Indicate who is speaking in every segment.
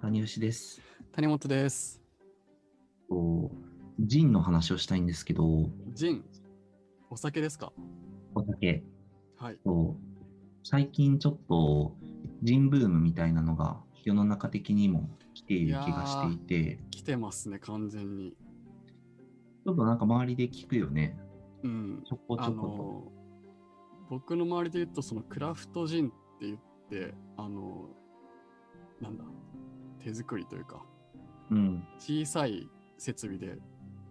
Speaker 1: 谷吉です。
Speaker 2: 谷本です。
Speaker 1: とジンの話をしたいんですけど、
Speaker 2: ジン、お酒ですか
Speaker 1: お酒
Speaker 2: はい。
Speaker 1: と最近ちょっとジンブームみたいなのが世の中的にも来ている気がしていて、
Speaker 2: 来てますね、完全に。
Speaker 1: ちょっとなんか周りで聞くよね。
Speaker 2: うん。
Speaker 1: ちょこち
Speaker 2: あ
Speaker 1: ょこ
Speaker 2: の、僕の周りで言うと、そのクラフトジンって言って、あの、なんだ、手作りというか、
Speaker 1: と。うん。
Speaker 2: 小さい設備で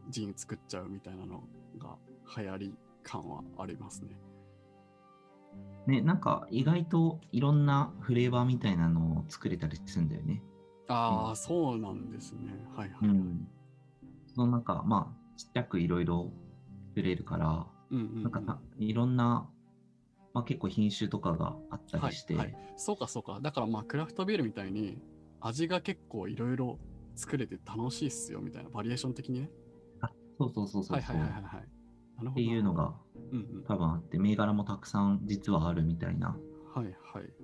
Speaker 2: ジン作っちゃうみたいなのが流行り感はありますね。
Speaker 1: ね、なんか意外といろんなフレーバーみたいなのを作れたりするんだよね。
Speaker 2: ああ、
Speaker 1: うん
Speaker 2: そうなんですね。はいは
Speaker 1: う
Speaker 2: い。
Speaker 1: ん。そのなんか、まあ、ちっちゃくいろいろ作れるから、
Speaker 2: うんうんうん
Speaker 1: なんかたいろんな、まあ、結構品種とかがあったりして、
Speaker 2: はいはい、そうかそうかだからまあクラフトビールみたいに味が結構いろいろ作れて楽しいっすよみたいなバリエーション的にね
Speaker 1: そうそうそうそう
Speaker 2: はい
Speaker 1: そ
Speaker 2: は
Speaker 1: う、
Speaker 2: いはいはいはいなるほど
Speaker 1: っていうのが
Speaker 2: うんうん
Speaker 1: 多分あって銘柄もたくさん実はあるみたいな
Speaker 2: はいはい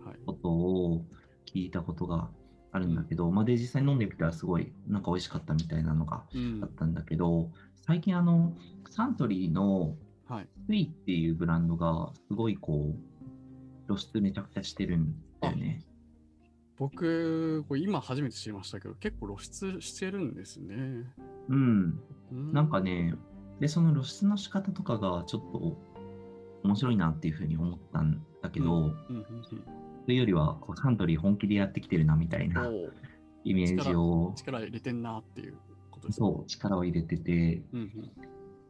Speaker 2: はい
Speaker 1: ことを聞いたことがあるんだけど、まあ、で実際飲んでみたらすごいなんか美味しかったみたいなのが
Speaker 2: うん
Speaker 1: あったんだけど最近あのサントリーの
Speaker 2: はい
Speaker 1: スイっていうブランドがすごいこう露出めちゃくちゃしてるんだよね。
Speaker 2: 僕これ今初めて知りましたけど結構露出してるんですね
Speaker 1: うん、
Speaker 2: う
Speaker 1: なんかね、で、その露出の仕方とかがちょっと面白いなっていうふうに思ったんだけど、
Speaker 2: うんうん
Speaker 1: というよりは、こうサントリー本気でやってきてるなみたい
Speaker 2: うん
Speaker 1: な
Speaker 2: おう
Speaker 1: イメージを、
Speaker 2: 力入れてんなっていうことですね
Speaker 1: そう、力を入れてて、
Speaker 2: うんうん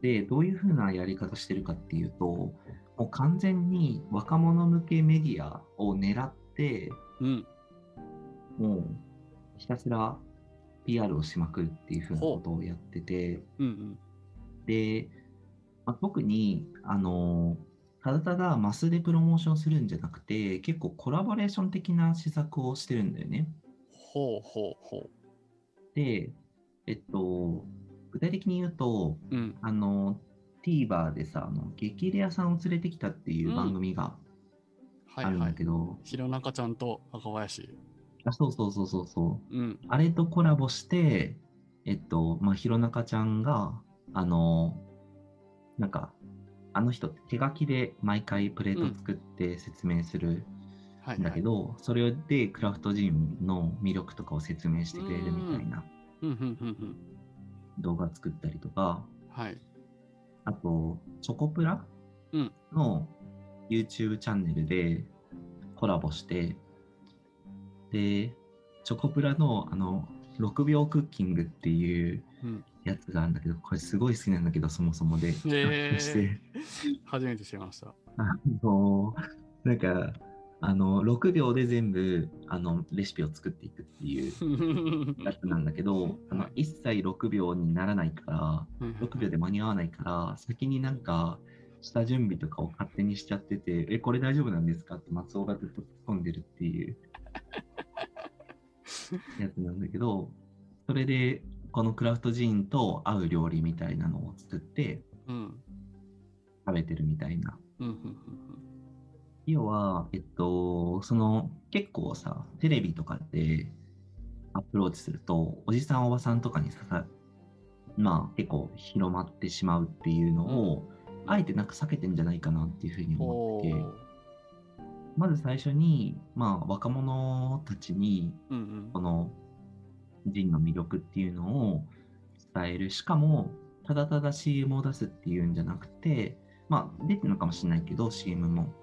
Speaker 1: で、どういうふうなやり方してるかっていうと、もう完全に若者向けメディアを狙って、
Speaker 2: うん
Speaker 1: もうひたすら PR をしまくるっていうふうなことをやってて、
Speaker 2: うんうん
Speaker 1: で、まあ、特に、あのただただマスでプロモーションするんじゃなくて結構コラボレーション的な施策をしてるんだよね。
Speaker 2: ほうほうほ
Speaker 1: で、えっと、具体的に言うと、
Speaker 2: ううん
Speaker 1: あの TVer でさあの、激レアさんを連れてきたっていう番組が
Speaker 2: は
Speaker 1: ある
Speaker 2: い
Speaker 1: ん
Speaker 2: は
Speaker 1: だ
Speaker 2: い
Speaker 1: けど、
Speaker 2: 弘中ちゃんと赤林
Speaker 1: あそうそうそうそうそう、
Speaker 2: うん
Speaker 1: あれとコラボして、えっと、まあ、弘中ちゃんが、あの、なんか、あの人って手書きで毎回プレート作って説明する
Speaker 2: はい
Speaker 1: ん
Speaker 2: は
Speaker 1: だ
Speaker 2: い
Speaker 1: けど、それでクラフトジンの魅力とかを説明してくれるみたいな
Speaker 2: うんうんうんうん
Speaker 1: 動画作ったりとか、
Speaker 2: はい
Speaker 1: あと、チョコプラ
Speaker 2: うん
Speaker 1: の YouTube チャンネルでコラボして、で、チョコプラのあの、6秒クッキングっていう
Speaker 2: うん
Speaker 1: やつがあるんだけど、これすごい好きなんだけど、そもそもで。
Speaker 2: えー
Speaker 1: そして、
Speaker 2: 初めて知りました。
Speaker 1: あの、なんか、あの、6秒で全部、あの、レシピを作っていくっていうやつなんだけど、あの、一切6秒にならないから、6秒で間に合わないから、先になんか、下準備とかを勝手にしちゃってて、え、これ大丈夫なんですかって松尾がずっと突っ込んでるっていうやつなんだけど、それで、このクラフトジーンと合う料理みたいなのを作って
Speaker 2: うん
Speaker 1: 食べてるみたいな。
Speaker 2: うんうんうん
Speaker 1: 要は、えっと、その、結構さ、テレビとかでアプローチすると、おじさん、おばさんとかにささ、まあ、結構広まってしまうっていうのを、
Speaker 2: うん
Speaker 1: あえてなんか避けてんじゃないかなっていうふうに思
Speaker 2: お
Speaker 1: ってて
Speaker 2: ー
Speaker 1: まず最初に、まあ、若者たちに
Speaker 2: うんう
Speaker 1: こ
Speaker 2: ん
Speaker 1: のジンの魅力っていうのを伝えるしかもただただ CM を出すっていうんじゃなくてまあ出てるのかもしれないけど CM も、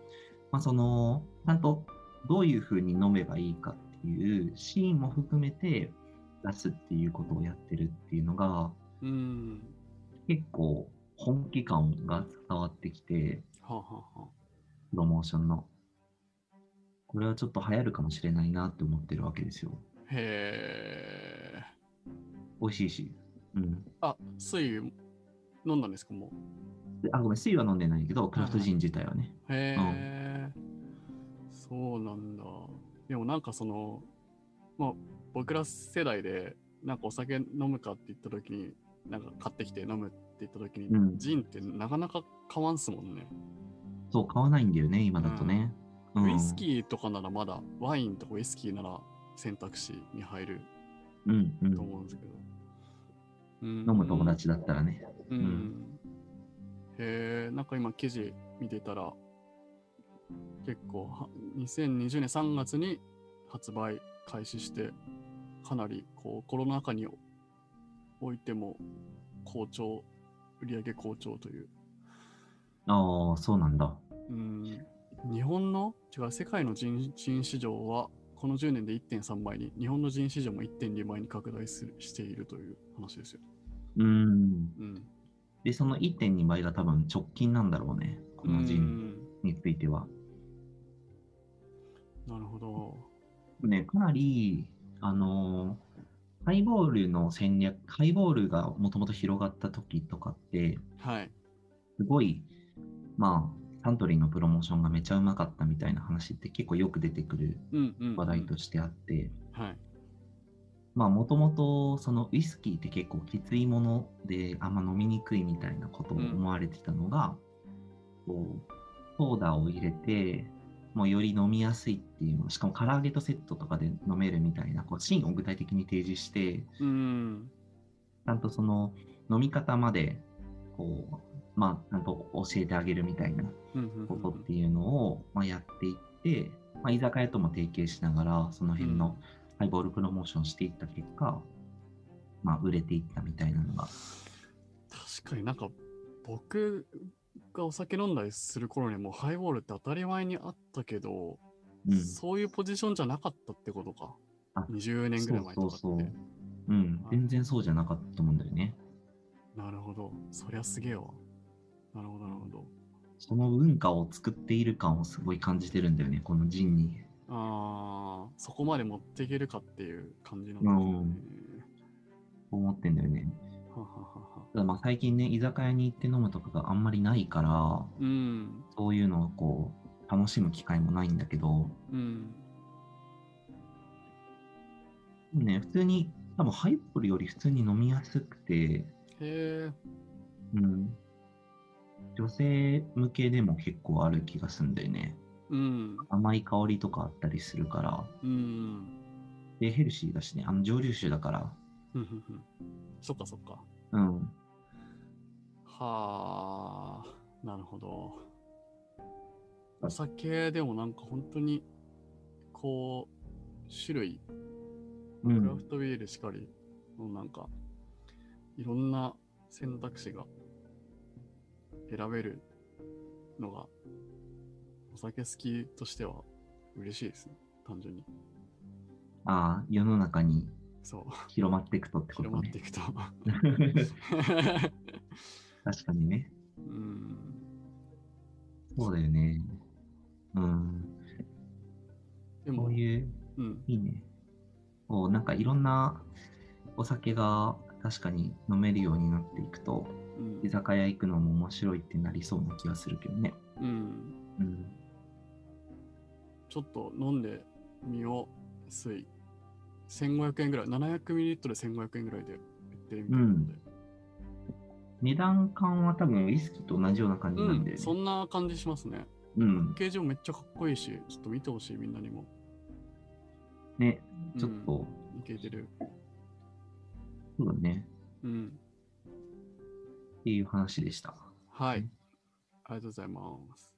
Speaker 1: まあ、そのちゃんとどういうふうに飲めばいいかっていうシーンも含めて出すっていうことをやってるっていうのが
Speaker 2: うん
Speaker 1: 結構本気感が伝わってきて
Speaker 2: はあはあはあ
Speaker 1: プロモーションの。これはちょっと流行るかもしれないなって思ってるわけですよ。
Speaker 2: へえ。
Speaker 1: 美味しいし。うん。
Speaker 2: あ、水飲んだんですかも
Speaker 1: であ、ごめん、水は飲んでないけど、クラフトジン自体はね。
Speaker 2: う。へえ。そうなんだ。でもなんかその、まあ僕ら世代でなんかお酒飲むかって言った時に、なんか買ってきて飲むって言った時に、
Speaker 1: うん
Speaker 2: ジンってなかなか買わんすもんね。
Speaker 1: そう、買わないんだよね、今だとね。うん
Speaker 2: ウイスキーとかならまだ、ワインとかウイスキーなら選択肢に入る
Speaker 1: うんうん
Speaker 2: と思うんですけど。飲
Speaker 1: 飲む友達だったらね。
Speaker 2: うん
Speaker 1: ん
Speaker 2: へえ、なんか今記事見てたら、結構は、2020年3月に発売開始して、かなりこうコロナ禍においても好調、売り上げ好調という。
Speaker 1: ああ、そうなんだ。
Speaker 2: うん、日本の、違う、世界の人人市場は、この10年で1.3倍に、日本の人市場も1.2倍に拡大するしているという話ですよ。
Speaker 1: うん。
Speaker 2: うん。
Speaker 1: で、その1.2倍が多分直近なんだろうね。この
Speaker 2: う
Speaker 1: 人
Speaker 2: ん
Speaker 1: については。
Speaker 2: なるほど。
Speaker 1: ね、かなり、あのーハイボールの戦略、ハイボールがもともと広がった時とかって、
Speaker 2: はい。
Speaker 1: すごい、まあ、サントリーのプロモーションがめちゃうまかったみたいな話って結構よく出てくる
Speaker 2: うんうん、うん。
Speaker 1: 話題としてあって、
Speaker 2: はい。
Speaker 1: まあ、もともと、そのウイスキーって結構きついもので、あんま飲みにくいみたいなことを思われてたのが、こう、ソーダを入れて、もうより飲みやすいっていう、しかも唐揚げとセットとかで飲めるみたいな、こう、シーンを具体的に提示して、
Speaker 2: うん。
Speaker 1: ちゃんとその飲み方まで、こう、まあ、ちゃんと教えてあげるみたいな
Speaker 2: うんうんう
Speaker 1: こ
Speaker 2: ん
Speaker 1: とっていうのを、まあ、やっていって、まあ、居酒屋とも提携しながらその辺のハイボールプロモーションしていった結果、まあ、売れていったみたいなのが
Speaker 2: 確かになんか僕がお酒飲んだりする頃にもうハイボールって当たり前にあったけど、
Speaker 1: うん
Speaker 2: そういうポジションじゃなかったってことか
Speaker 1: あ。
Speaker 2: 20年ぐらい前とかって。
Speaker 1: そうそうそううん全然そうじゃなかったと思うんだよね
Speaker 2: なるほど。そりゃすげえわ。なるほど、なるほど。
Speaker 1: その文化を作っている感をすごい感じてるんだよねこのジンに
Speaker 2: ああ、そこまで持っていけるかっていう感じなんですよね。
Speaker 1: 思ってんだよね
Speaker 2: はははは。
Speaker 1: ただまあ最近ね居酒屋に行って飲むとかがあんまりないから
Speaker 2: うん。
Speaker 1: そういうのをこう楽しむ機会もないんだけど
Speaker 2: うん。
Speaker 1: でもね普通に多分ハイボールより普通に飲みやすくて
Speaker 2: へえ。
Speaker 1: うん、女性向けでも結構ある気がするんだよね。
Speaker 2: うん。
Speaker 1: 甘い香りとかあったりするから。
Speaker 2: うん。
Speaker 1: で、ヘルシーだしね、あの蒸留酒だから。
Speaker 2: ふんふんふんそっかそっか。
Speaker 1: うん。
Speaker 2: はあ、なるほど。
Speaker 1: あ
Speaker 2: お酒でもなんか本当に、こう、種類、
Speaker 1: う
Speaker 2: クラフ
Speaker 1: ん。
Speaker 2: トビールしかり、のなんか、いろんな選択肢が選べるのが、お酒好きとしては嬉しいですね。単純に。
Speaker 1: ああ、世の中に
Speaker 2: そう、
Speaker 1: 広まっていくとってこ
Speaker 2: 広
Speaker 1: と
Speaker 2: まっ
Speaker 1: ね
Speaker 2: て。いくと。
Speaker 1: 確かにね。
Speaker 2: うん
Speaker 1: そうだよね。うん。
Speaker 2: で
Speaker 1: こ
Speaker 2: も
Speaker 1: う、いう、
Speaker 2: うん、
Speaker 1: いいね。こう、なんかいろんなお酒が確かに飲めるようになっていくと、
Speaker 2: うん
Speaker 1: 居、酒屋行くのも面白いってなりそうな気がするけどね。
Speaker 2: うん。
Speaker 1: うん。
Speaker 2: ちょっと飲んでみよう、水。1500円ぐらい、700ml で1500円ぐらいで売ってるみたいなので。
Speaker 1: 値段感は多分ウイスキーと同じような感じなん
Speaker 2: う
Speaker 1: で、
Speaker 2: ん、そんな感じしますね。
Speaker 1: うん、
Speaker 2: 形状めっちゃかっこいいし、ちょっと見てほしい、みんなにも。
Speaker 1: ね、
Speaker 2: うん
Speaker 1: ちょっと、
Speaker 2: いけてる。
Speaker 1: そうだね、
Speaker 2: うん。
Speaker 1: っていう話でした。
Speaker 2: はい。
Speaker 1: うん
Speaker 2: ありがとうございます。